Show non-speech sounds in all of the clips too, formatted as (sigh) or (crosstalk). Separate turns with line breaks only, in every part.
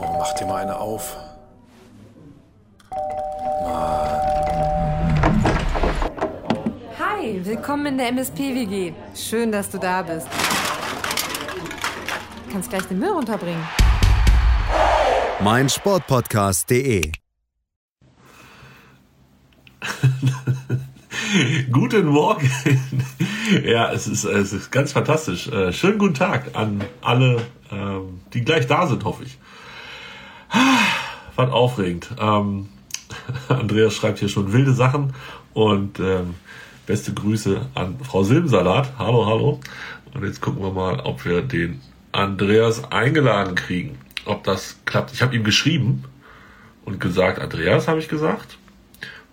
Oh, dir mal eine auf.
Hi, willkommen in der MSP-WG. Schön, dass du da bist. Du kannst gleich den Müll runterbringen.
mein Sportpodcast.de.
(laughs) Guten Morgen. Ja, es ist, es ist ganz fantastisch. Äh, schönen guten Tag an alle, ähm, die gleich da sind, hoffe ich. (sighs) War aufregend. Ähm, (laughs) Andreas schreibt hier schon wilde Sachen und ähm, beste Grüße an Frau Silbensalat. Hallo, hallo. Und jetzt gucken wir mal, ob wir den Andreas eingeladen kriegen. Ob das klappt. Ich habe ihm geschrieben und gesagt, Andreas, habe ich gesagt,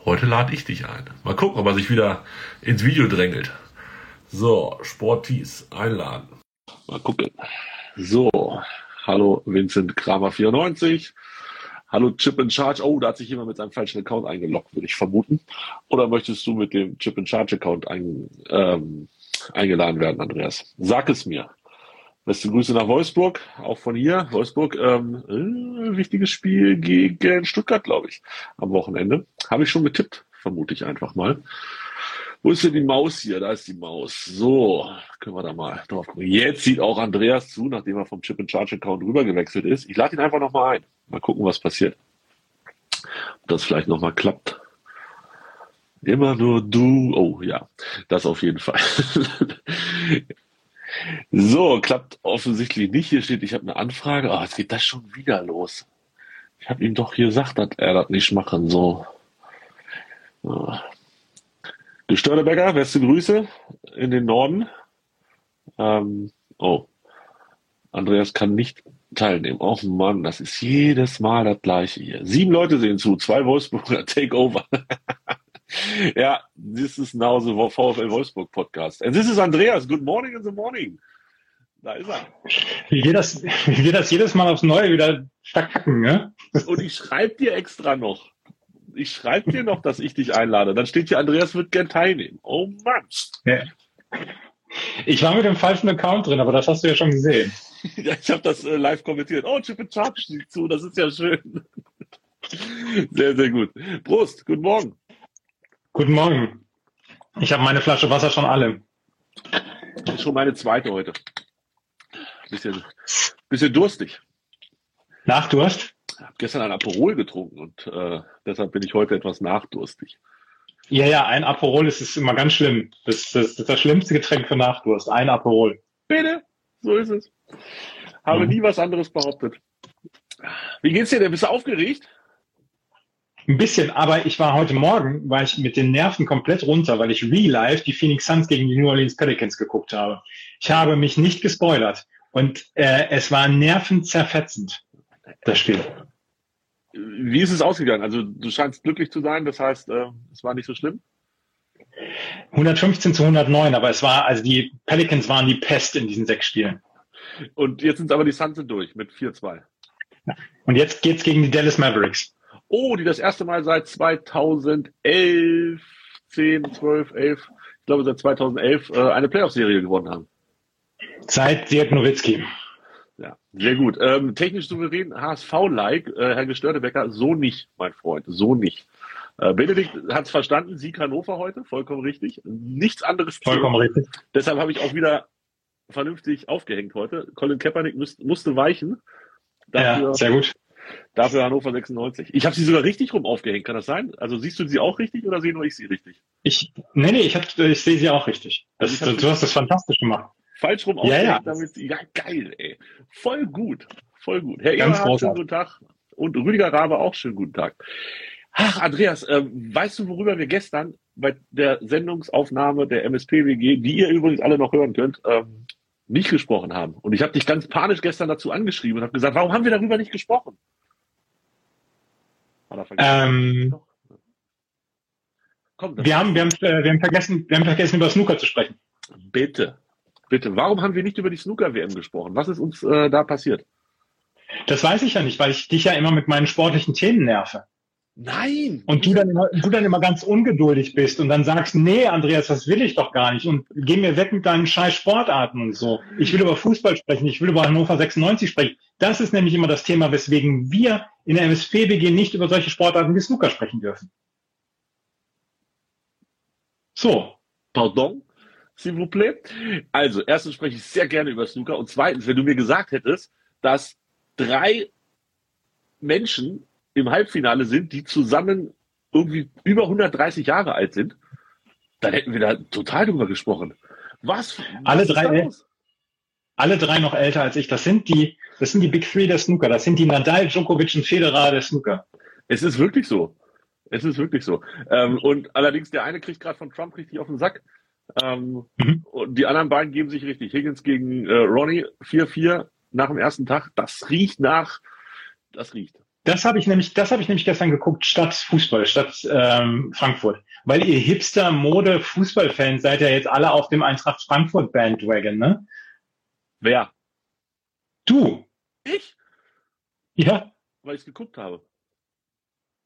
Heute lade ich dich ein. Mal gucken, ob er sich wieder ins Video drängelt. So, Sporties, einladen. Mal gucken. So, hallo Vincent Kramer 94. Hallo Chip in Charge. Oh, da hat sich jemand mit seinem falschen Account eingeloggt, würde ich vermuten. Oder möchtest du mit dem Chip in Charge Account ein, ähm, eingeladen werden, Andreas? Sag es mir. Beste Grüße nach Wolfsburg, auch von hier. Wolfsburg, ähm, äh, wichtiges Spiel gegen Stuttgart, glaube ich, am Wochenende. Habe ich schon getippt, vermute ich einfach mal. Wo ist denn die Maus hier? Da ist die Maus. So, können wir da mal drauf gucken. Jetzt sieht auch Andreas zu, nachdem er vom Chip and Charge Account rübergewechselt ist. Ich lade ihn einfach nochmal ein. Mal gucken, was passiert. Ob das vielleicht nochmal klappt. Immer nur du. Oh ja, das auf jeden Fall. (laughs) So, klappt offensichtlich nicht. Hier steht, ich habe eine Anfrage. Ah, jetzt geht das schon wieder los. Ich habe ihm doch gesagt, dass er das nicht machen soll. Ah. Gestörte Bäcker, beste Grüße in den Norden. Ähm, oh, Andreas kann nicht teilnehmen. Oh Mann, das ist jedes Mal das gleiche hier. Sieben Leute sehen zu, zwei Wolfsburger (laughs) Takeover. Ja, this is now the VfL Wolfsburg Podcast. And this is Andreas. Good morning in the morning. Da ist er.
Wie wir das, (laughs) wie wir das jedes Mal aufs Neue wieder verkacken, ne?
Und ich schreibe dir extra noch. Ich schreibe dir noch, dass ich dich einlade. Dann steht hier, Andreas wird gern teilnehmen. Oh Mann.
Ja. Ich war mit dem falschen Account drin, aber das hast du ja schon gesehen.
Ja, ich habe das äh, live kommentiert. Oh, Chip and Charge steht zu. Das ist ja schön. Sehr, sehr gut. Prost. Guten Morgen.
Guten Morgen. Ich habe meine Flasche Wasser schon alle.
Ist schon meine zweite heute. Bisschen, bisschen durstig.
Nachdurst?
Hab gestern ein Aperol getrunken und äh, deshalb bin ich heute etwas nachdurstig.
Ja, ja, ein Aperol ist, ist immer ganz schlimm. Das, das, das ist das schlimmste Getränk für Nachdurst. Ein Aperol.
Bitte, so ist es. Habe
Mhm.
nie was anderes behauptet. Wie geht's dir denn? Bist du aufgeregt?
Ein bisschen, aber ich war heute Morgen, war ich mit den Nerven komplett runter, weil ich real life die Phoenix Suns gegen die New Orleans Pelicans geguckt habe. Ich habe mich nicht gespoilert und äh, es war nervenzerfetzend, das Spiel.
Wie ist es ausgegangen? Also du scheinst glücklich zu sein, das heißt, äh, es war nicht so schlimm.
115 zu 109, aber es war, also die Pelicans waren die Pest in diesen sechs Spielen.
Und jetzt sind aber die Suns sind durch mit 4-2.
Und jetzt geht's gegen die Dallas Mavericks.
Oh, die das erste Mal seit 2011, 10, 12, 11, ich glaube seit 2011 äh, eine Playoff-Serie gewonnen haben.
Seit Dirk Nowitzki.
Ja, sehr gut. Ähm, technisch souverän, HSV-like, äh, Herr Gestörtebecker, so nicht, mein Freund, so nicht. Äh, Benedikt hat es verstanden, Sieg Hannover heute, vollkommen richtig. Nichts anderes. zählt.
Vollkommen richtig.
Deshalb habe ich auch wieder vernünftig aufgehängt heute. Colin Kaepernick müß, musste weichen. Dafür,
Ja, sehr gut.
dafür Hannover 96. Ich habe sie sogar richtig rum aufgehängt, kann das sein? Also siehst du sie auch richtig oder sehe nur ich sie richtig?
Ich, nee, nee, ich, hab- ich sehe sie auch richtig. Das, ist- du hast das fantastisch gemacht.
Falsch rum
Ja, ja.
aufgehängt, damit ja geil, ey. Voll gut, voll gut. Herr Eberhard,
Ganz
schönen
großartig.
guten Tag. Und Rüdiger Rabe auch schönen guten Tag. Ach, Andreas, ähm, weißt du, worüber wir gestern bei der Sendungsaufnahme der MSPWG, die ihr übrigens alle noch hören könnt, ähm, nicht gesprochen haben? Und ich habe dich ganz panisch gestern dazu angeschrieben und habe gesagt, warum haben wir darüber nicht gesprochen? Hat er vergessen.
Ähm,
Komm, dann
wir, haben, wir, haben, äh, wir, haben vergessen, wir haben vergessen, über Snooker zu sprechen.
bitte. Bitte, warum haben wir nicht über die Snooker-WM gesprochen? Was ist uns äh, da passiert?
Das weiß ich ja nicht, weil ich dich ja immer mit meinen sportlichen Themen nerve.
Nein!
Und du dann, immer, du dann immer ganz ungeduldig bist und dann sagst, nee, Andreas, das will ich doch gar nicht und geh mir weg mit deinen scheiß Sportarten und so. Ich will über Fußball sprechen, ich will über Hannover 96 sprechen. Das ist nämlich immer das Thema, weswegen wir in der MSPBG nicht über solche Sportarten wie Snooker sprechen dürfen. So,
Pardon? S'il vous plaît. Also, erstens spreche ich sehr gerne über Snooker und zweitens, wenn du mir gesagt hättest, dass drei Menschen im Halbfinale sind, die zusammen irgendwie über 130 Jahre alt sind, dann hätten wir da total drüber gesprochen. Was? was
Alle
ist
drei
da
El-
los?
alle drei noch älter als ich. Das sind die, das sind die Big Three der Snooker. Das sind die Nadal, Djokovic und Federer der Snooker.
Es ist wirklich so. Es ist wirklich so. Ähm, und allerdings, der eine kriegt gerade von Trump richtig auf den Sack. Ähm,
Mhm.
Und die anderen beiden geben sich richtig. Higgins gegen äh, Ronnie 4-4 nach dem ersten Tag. Das riecht nach. Das riecht.
Das habe ich nämlich, das habe ich nämlich gestern geguckt, statt Fußball, statt ähm, Frankfurt. Weil ihr Hipster-Mode-Fußballfans seid ja jetzt alle auf dem Eintracht Frankfurt Bandwagon, ne?
Wer?
Du,
Ich?
ja.
Weil ich es geguckt habe.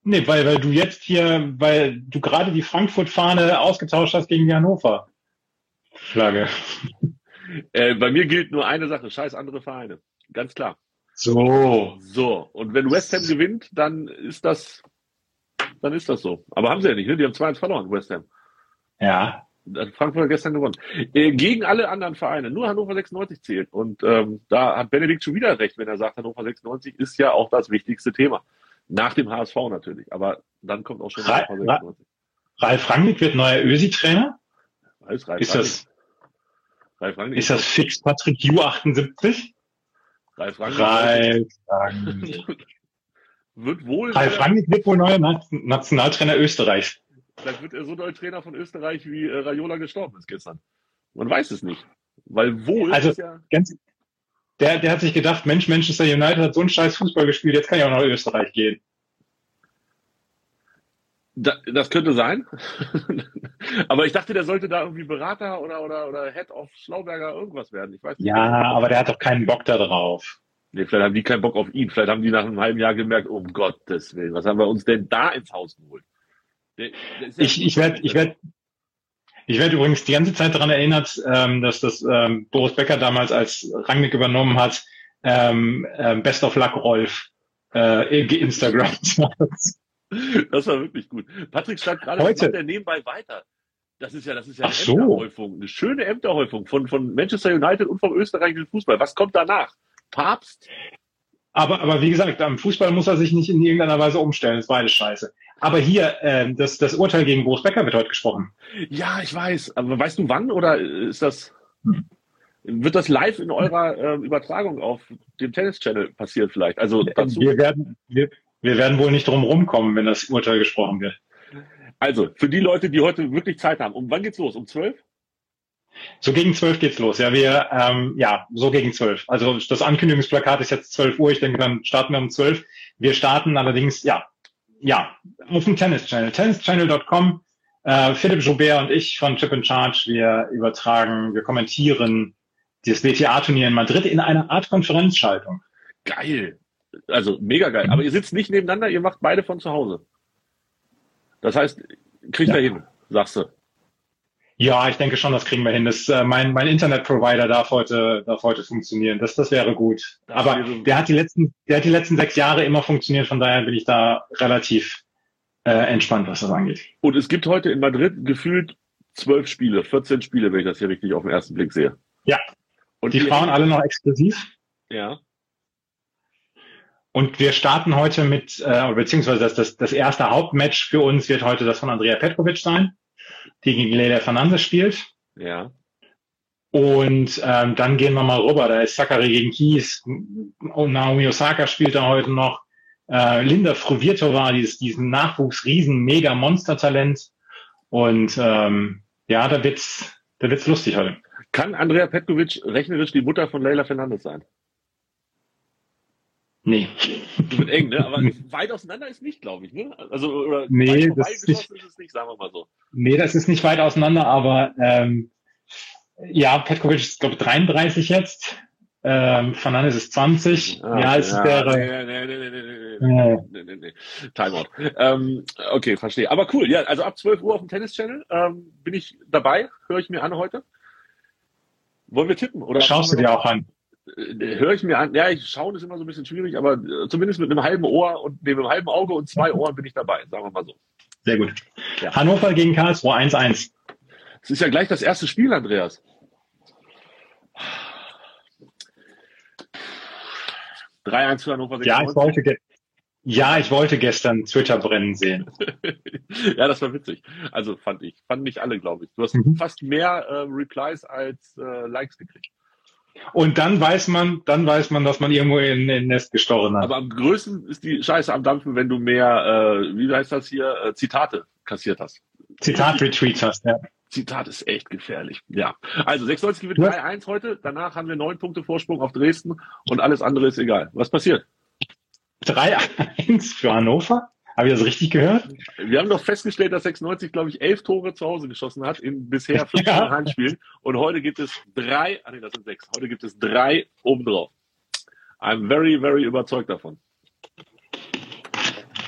Nee, weil, weil du jetzt hier, weil du gerade die Frankfurt-Fahne ausgetauscht hast gegen die Hannover. Flagge.
Äh, bei mir gilt nur eine Sache. Scheiß andere Vereine. Ganz klar.
So.
So. Und wenn West Ham gewinnt, dann ist das, dann ist das so. Aber haben sie ja nicht, ne? Die haben 2-1 verloren, West Ham.
Ja.
Also Frankfurt hat gestern gewonnen. Äh, gegen alle anderen Vereine. Nur Hannover 96 zählt. Und ähm, da hat Benedikt schon wieder recht, wenn er sagt, Hannover 96 ist ja auch das wichtigste Thema. Nach dem HSV natürlich. Aber dann kommt auch schon
Ra-
Hannover 96.
Ralf Rangnick wird neuer Ösi-Trainer.
Weiß, Ralf
Ist das,
Rangnick- Ralf Rangnick
ist das fix Patrick U78?
Ralf Rangnick
Ralf Rangnick.
wird wohl, äh,
Ralf Rangnick wird wohl neuer Na- Nationaltrainer Österreichs.
vielleicht wird er so neu Trainer von Österreich, wie äh, Raiola gestorben ist gestern. Man weiß es nicht. Weil wohl
Also-
ist ja,
Ganz, der, der hat sich gedacht, Mensch, Manchester United hat so einen scheiß Fußball gespielt, jetzt kann ich auch nach Österreich gehen.
da, das könnte sein. (laughs) aber ich dachte, der sollte da irgendwie Berater oder, oder, oder Head of Schlauberger irgendwas werden. Ich weiß nicht.
Ja, aber der hat doch keinen Bock da drauf.
Nee, vielleicht haben die keinen Bock auf ihn. Vielleicht haben die nach einem halben Jahr gemerkt, um Gottes Willen, was haben wir uns denn da ins Haus geholt? Der- der ist ja-
Ich, ich werde ich werd, ich werd übrigens die ganze Zeit daran erinnert, ähm, dass das ähm, Boris Becker damals, als Rangnick übernommen hat, ähm, ähm, Best of Luck Rolf äh, geinstagrammt hat.
(laughs) Das war wirklich gut. Patrick schreibt gerade,
Heute.
das macht er nebenbei weiter. Das ist ja, das ist ja eine
Ach so.
Ämterhäufung, eine schöne Ämterhäufung von, von Manchester United und vom österreichischen Fußball. Was kommt danach? Papst?
(laughs) Aber, aber wie gesagt, am Fußball muss er sich nicht in irgendeiner Weise umstellen. Das ist beides scheiße. Aber hier, ähm, das, das Urteil gegen Boris Becker wird heute gesprochen.
Ja, ich weiß. Aber weißt du wann oder ist das, wird das live in eurer äh, Übertragung auf dem Tennis Channel passieren vielleicht? Also dazu.
Ähm, Äh, Wir werden, wir, wir werden wohl nicht drum rumkommen, wenn das Urteil gesprochen wird.
Also, für die Leute, die heute wirklich Zeit haben. Um wann geht's los? Um zwölf?
So gegen zwölf geht's los. Ja, wir, ähm, ja, so gegen zwölf. Also das Ankündigungsplakat ist jetzt zwölf Uhr. Ich denke, dann starten wir um zwölf. Wir starten allerdings, ja, ja, auf dem Tennis Channel, tennischannel.com. Äh, Philipp Joubert und ich von Chip in Charge, wir übertragen, wir kommentieren das WTA-Turnier in Madrid in einer Art Konferenzschaltung.
Geil. Also mega geil. Aber ihr sitzt nicht nebeneinander, ihr macht beide von zu Hause. Das heißt, kriegt
Ja.
er hin, sagst du.
Ja, ich denke schon, das kriegen wir hin. Das, äh, mein mein Internetprovider darf heute, darf heute funktionieren. Das, das wäre gut.
Das
Aber
wäre-
der hat die letzten, der hat die letzten sechs Jahre immer funktioniert, von daher bin ich da relativ äh, entspannt, was das angeht.
Und es gibt heute in Madrid gefühlt zwölf Spiele, 14 Spiele, wenn ich das hier richtig auf den ersten Blick sehe.
Ja.
Und
Die Frauen alle noch exklusiv.
Ja.
Und wir starten heute mit, äh, beziehungsweise das, das, das erste Hauptmatch für uns wird heute das von Andrea Petkovic sein, die gegen Leila Fernandes spielt.
Ja.
Und ähm, dann gehen wir mal rüber. Da ist Sakari gegen Kies. Und Naomi Osaka spielt da heute noch. Äh, Linda Fruvirtova, dieses, diesen Nachwuchsriesen, mega Monstertalent. Und ähm, ja, da wird's, da wird's lustig heute.
Kann Andrea Petkovic rechnerisch die Mutter von Leila Fernandes sein?
Nee.
Wird eng, ne? Aber
(laughs)
weit auseinander ist nicht, glaube ich, ne? Also, oder
Nee,
weit
das ist nicht-
vorbeigeschossen ist es nicht, sagen wir mal so.
Nee, das ist nicht weit auseinander, aber ähm, ja, Petkovic ist, glaube ich, 33 jetzt. Ähm, Fernandes ist 20.
Ah,
ja, es wäre.
nee, nee, nee, nee, nee, nee,
Ja.
nee, nee, nee. Timeout. Ähm, okay, verstehe. Aber cool, ja, also ab 12 Uhr auf dem Tennis-Channel ähm, bin ich dabei, höre ich mir an heute. Wollen wir tippen? Oder
Schaust du dir auch an.
Höre äh, ich mir an. Ja, ich schauen ist immer so ein bisschen schwierig, aber äh, zumindest mit einem halben Ohr und neben einem halben Auge und
(laughs)
zwei Ohren bin ich dabei, sagen wir mal so.
Sehr gut.
Ja.
Hannover gegen Karlsruhe 1-1.
Es ist ja gleich das erste Spiel, Andreas. 3-1 für Hannover
Ja, ich
96.
wollte, ge ja, ich wollte gestern Twitter brennen sehen.
(laughs) Ja, das war witzig. Also fand ich. Fanden nicht alle, glaube ich. Du hast
Mhm.
fast mehr äh, Replies als äh, Likes gekriegt.
Und dann weiß man, dann weiß man, dass man irgendwo in in ein Nest gestochen hat.
Aber am größten ist die Scheiße am Dampfen, wenn du mehr, äh, wie heißt das hier, äh, Zitate kassiert hast.
Zitat Retweet hast, ja.
Zitat ist echt gefährlich. Ja. Also 96 gewinnt
Ja.
3-1 heute. Danach haben wir neun Punkte Vorsprung auf Dresden und alles andere ist egal. Was passiert?
3-1 für Hannover? Habe ich das richtig gehört?
Wir haben doch festgestellt, dass 96, glaube ich, elf Tore zu Hause geschossen hat in
(laughs)
bisher 15
Ja.
Heimspielen. Und heute gibt es drei, ah nee, das sind sechs. Heute gibt es drei obendrauf. I'm very, very überzeugt davon.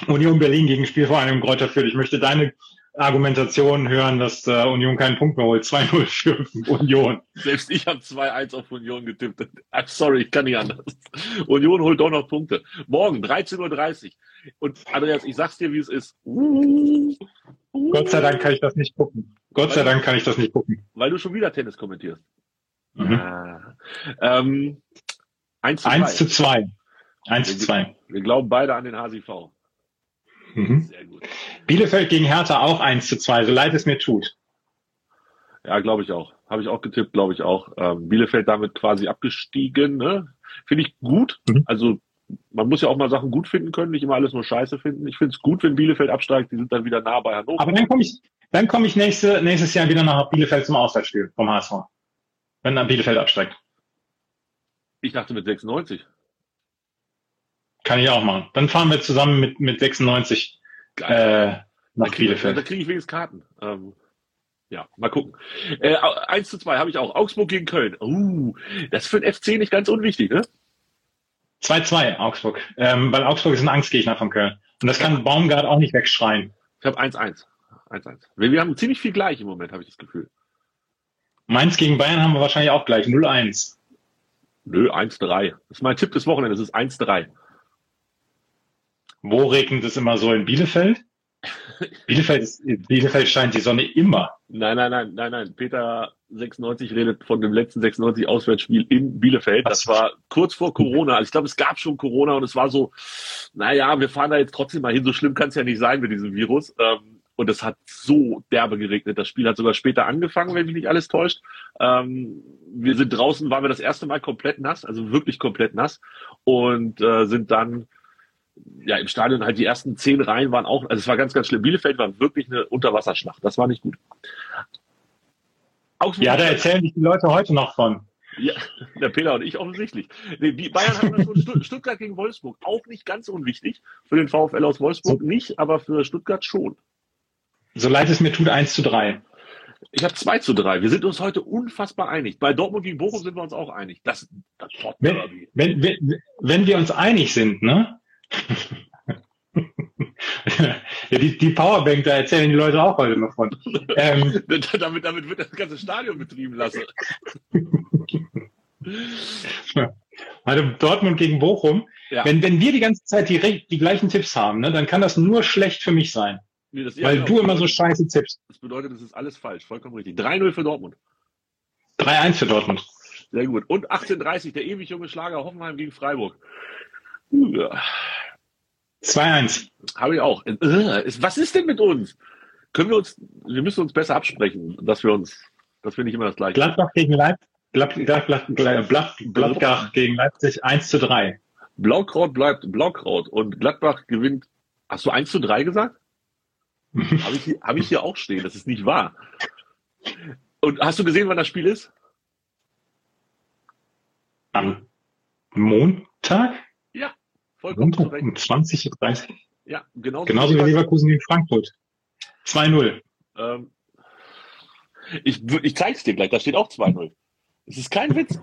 Union Berlin gegen Spielvereinigung Kräuter Fürth. Ich möchte deine Argumentation hören, dass äh, Union keinen Punkt mehr holt. 2-0 für Union.
Selbst ich habe 2-1 auf Union getippt. I'm sorry, ich kann nicht anders. Union holt doch noch Punkte. Morgen, 13.30 Uhr. Und Andreas, ich sag's dir, wie es ist. Uh, uh,
Gott sei Dank kann ich das nicht gucken. Gott sei Dank kann ich das nicht gucken.
Weil du schon wieder Tennis kommentierst.
Mhm.
Ah. Ähm, 1 zu
1
2.
zu 2. 1 zu 2.
Wir glauben beide an den HSV.
Mhm.
Sehr gut.
Bielefeld gegen Hertha auch 1 zu 2, so leid es mir tut.
Ja, glaube ich auch. Habe ich auch getippt, glaube ich auch. Ähm, Bielefeld damit quasi abgestiegen. Ne? Finde ich gut.
Mhm.
Also man muss ja auch mal Sachen gut finden können, nicht immer alles nur scheiße finden. Ich finde es gut, wenn Bielefeld absteigt, die sind dann wieder nah bei Hannover.
Aber dann komme ich, dann komme ich nächste, nächstes Jahr wieder nach Bielefeld zum Auswärtsspiel vom HSV. Wenn dann Bielefeld absteigt.
Ich dachte mit 96.
Kann ich auch machen. Dann fahren wir zusammen mit, mit 96 äh,
Da
nach
krieg- Da
Bielefeld.
kriege ich wenigstens Karten. Ähm, ja, mal gucken. Äh, 1 zu 2 habe ich auch. Augsburg gegen Köln. Uh, das ist für den FC nicht ganz unwichtig, ne?
2-2 Augsburg. Ähm, weil Augsburg ist ein Angstgegner von Köln. Und das kann Baumgart auch nicht wegschreien.
Ich habe 1-1. 1-1. Wir, wir haben ziemlich viel gleich im Moment, habe ich das Gefühl.
Mainz gegen Bayern haben wir wahrscheinlich auch gleich. 0-1.
Nö, 1-3. Das ist mein Tipp des Wochenendes, es ist 1-3.
Wo regnet es immer so in Bielefeld? Bielefeld, ist, Bielefeld scheint die Sonne immer.
Nein, nein, nein, nein, nein. Peter 96 redet von dem letzten 96 Auswärtsspiel in Bielefeld. Das war kurz vor Corona. Also ich glaube, es gab schon Corona und es war so, naja, wir fahren da jetzt trotzdem mal hin. So schlimm kann es ja nicht sein mit diesem Virus. Ähm, und es hat so derbe geregnet. Das Spiel hat sogar später angefangen, wenn mich nicht alles täuscht. Ähm, wir sind draußen, waren wir das erste Mal komplett nass, also wirklich komplett nass und äh, sind dann ja im Stadion halt die ersten zehn Reihen waren auch, also es war ganz, ganz schlimm. Bielefeld war wirklich eine Unterwasserschlacht. Das war nicht gut. Augsburg,
Ja, da erzählen sich die Leute heute noch von.
ja, (laughs) der Peter und ich offensichtlich. Nee, die Bayern haben das schon Stutt- Stuttgart gegen Wolfsburg. Auch nicht ganz unwichtig. Für den VfL aus Wolfsburg nicht, aber für Stuttgart schon.
So leid es mir tut, 1 zu 3.
Ich habe 2 zu 3. Wir sind uns heute unfassbar einig. Bei Dortmund gegen Bochum sind wir uns auch einig. Das, das
Wenn,
Derby.
wenn, wenn, wenn wir uns einig sind, ne? (laughs) ja, die, die Powerbank, da erzählen die Leute auch heute noch von. Ähm,
(laughs) Damit, damit wird das ganze Stadion betrieben lassen.
also Dortmund gegen Bochum.
Ja.
Wenn, wenn wir die ganze Zeit die, re- die gleichen Tipps haben, ne, dann kann das nur schlecht für mich sein.
Nee, das,
weil
ja,
du
genau.
immer so scheiße tippst.
Das bedeutet, es ist alles falsch. Vollkommen richtig. 3-0 für Dortmund.
3-1 für Dortmund.
Sehr gut. Und 18.30 der ewig junge Schlager Hoffenheim gegen Freiburg. Ja.
2-1.
Habe ich auch. Äh, ist- Was ist denn mit uns? Können wir uns, wir müssen uns besser absprechen, dass wir uns, dass wir nicht immer das gleiche.
Gladbach gegen Leipzig. Gladbach, Gladbach, Gladbach, Gladbach gegen Leipzig 1 zu 3.
Blaukraut bleibt Blaukraut und Gladbach gewinnt. Hast du 1 zu 3
(laughs)
gesagt? Habe ich, hier- hab ich hier auch stehen, das ist nicht wahr. Und hast du gesehen, wann das Spiel ist?
Am Montag?
Ja, vollkommen zu
Montag
Recht.
um 20.30 Uhr.
Ja, genauso,
Genauso wie Leverkusen gegen Frankfurt. 2-0.
Ähm, ich wür- ich zeige es dir gleich, da steht auch 2-0. Es ist kein Witz.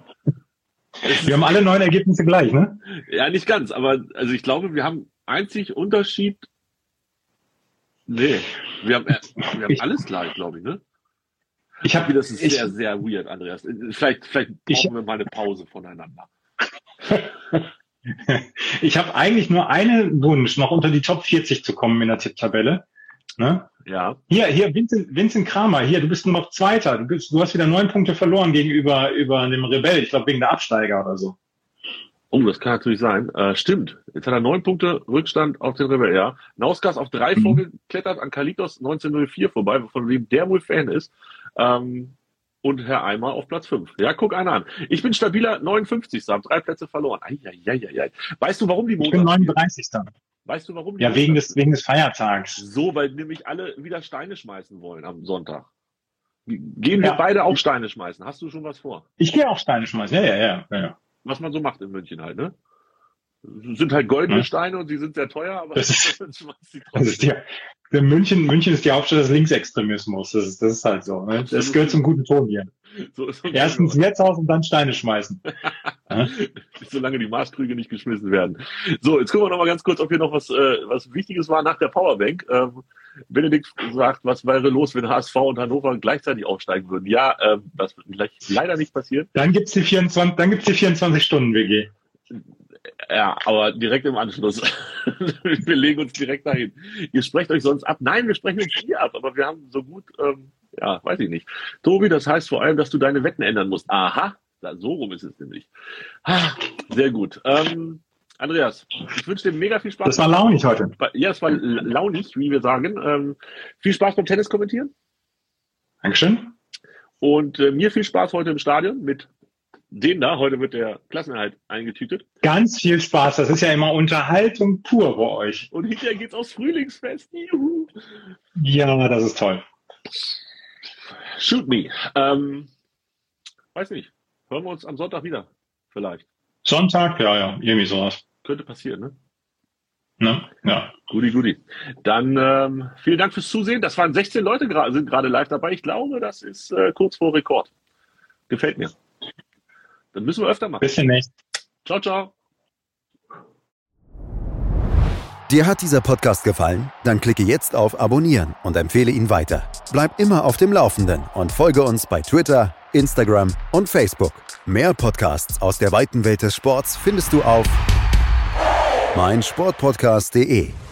Wir haben alle neun Ergebnisse gleich, ne?
Ja, nicht ganz, aber also ich glaube, wir haben einzig Unterschied. Nee, wir haben, äh, wir haben
Ich-
alles gleich, glaube ich, ne?
Ich habe
Das ist
ich,
sehr, sehr weird, Andreas. Äh, Vielleicht, vielleicht brauchen
Ich-
wir mal eine Pause voneinander.
ich habe eigentlich nur einen Wunsch, noch unter die Top 40 zu kommen in der Tipptabelle. Ne?
Ja.
Hier, hier, Vincent, Vincent Kramer, hier, du bist nur noch Zweiter. Du, bist, du hast wieder neun Punkte verloren gegenüber über dem Rebell. Ich glaube, wegen der Absteiger oder so.
Oh, das kann natürlich sein. Äh, stimmt. Jetzt hat er neun Punkte Rückstand auf den Rebell, ja. Nauskas auf drei
Mhm.
vorgeklettert an Kalitos 1904 vorbei, von dem der wohl Fan ist. Ähm, und Herr Eimer auf Platz fünf. Ja, guck einer an. Ich bin stabiler 59. Hab drei Plätze verloren. Eieieiei. Weißt du, warum die
Ich bin
Montag?
39.
Weißt du, warum die
Ja, wegen
Montags-
des, wegen des Feiertags.
So, weil nämlich alle wieder Steine schmeißen wollen am Sonntag. Gehen wir
Ja.
beide auch Steine schmeißen. Hast du schon was vor?
Ich gehe auch Steine schmeißen. Ja, ja, ja. ja, ja.
was man so macht in München halt, ne? Sind halt goldene
Ja.
Steine und sie sind sehr teuer, aber (laughs)
Das ist-
man schmeißt sie
Das ist
trotzdem.
der, der München, München ist die Hauptstadt des Linksextremismus. Das ist, das ist halt so. Ne? Das
Absolut.
gehört zum guten Ton hier.
So ist
Erstens Netzhaus und dann Steine schmeißen.
solange die Maßkrüge nicht geschmissen werden. So, jetzt gucken wir noch mal ganz kurz, ob hier noch was, äh, was Wichtiges war nach der Powerbank. Ähm, Benedikt sagt, was wäre los, wenn HSV und Hannover gleichzeitig aufsteigen würden? Ja, ähm, das wird gleich- leider nicht passieren.
Dann gibt's die 24, dann gibt's die 24 Stunden WG.
Ja, aber direkt im Anschluss. (laughs) wir legen uns direkt dahin. Ihr sprecht euch sonst ab. Nein, wir sprechen uns hier ab, aber wir haben so gut, ähm, ja, weiß ich nicht. Tobi, das heißt vor allem, dass du deine Wetten ändern musst. Aha, da, so rum ist es nämlich. Ah, sehr gut. Ähm, Andreas, ich wünsche dir mega viel Spaß.
Das war launig heute.
ja, es war la- launig, wie wir sagen. Ähm, viel Spaß beim Tennis kommentieren
Dankeschön.
und äh, mir viel Spaß heute im Stadion mit denen da. Heute wird der Klassenerhalt eingetütet.
Ganz viel Spaß. Das ist ja immer Unterhaltung pur bei euch.
Und hinterher geht's aufs Frühlingsfest. Juhu.
Ja, das ist toll.
Shoot me. Ähm, weiß nicht. Hören wir uns am Sonntag wieder. Vielleicht.
Sonntag, ja, ja, irgendwie sowas.
Könnte passieren, ne?
Ne? Ja.
Gudi, gudi. Dann ähm, vielen Dank fürs Zusehen. Das waren 16 Leute gra- sind gerade live dabei. Ich glaube, das ist äh, kurz vor Rekord. Gefällt mir. Dann müssen wir öfter machen.
Bis demnächst.
Ciao, ciao.
Dir hat dieser Podcast gefallen? Dann klicke jetzt auf Abonnieren und empfehle ihn weiter. Bleib immer auf dem Laufenden und folge uns bei Twitter, Instagram und Facebook. Mehr Podcasts aus der weiten Welt des Sports findest du auf meinsportpodcast.de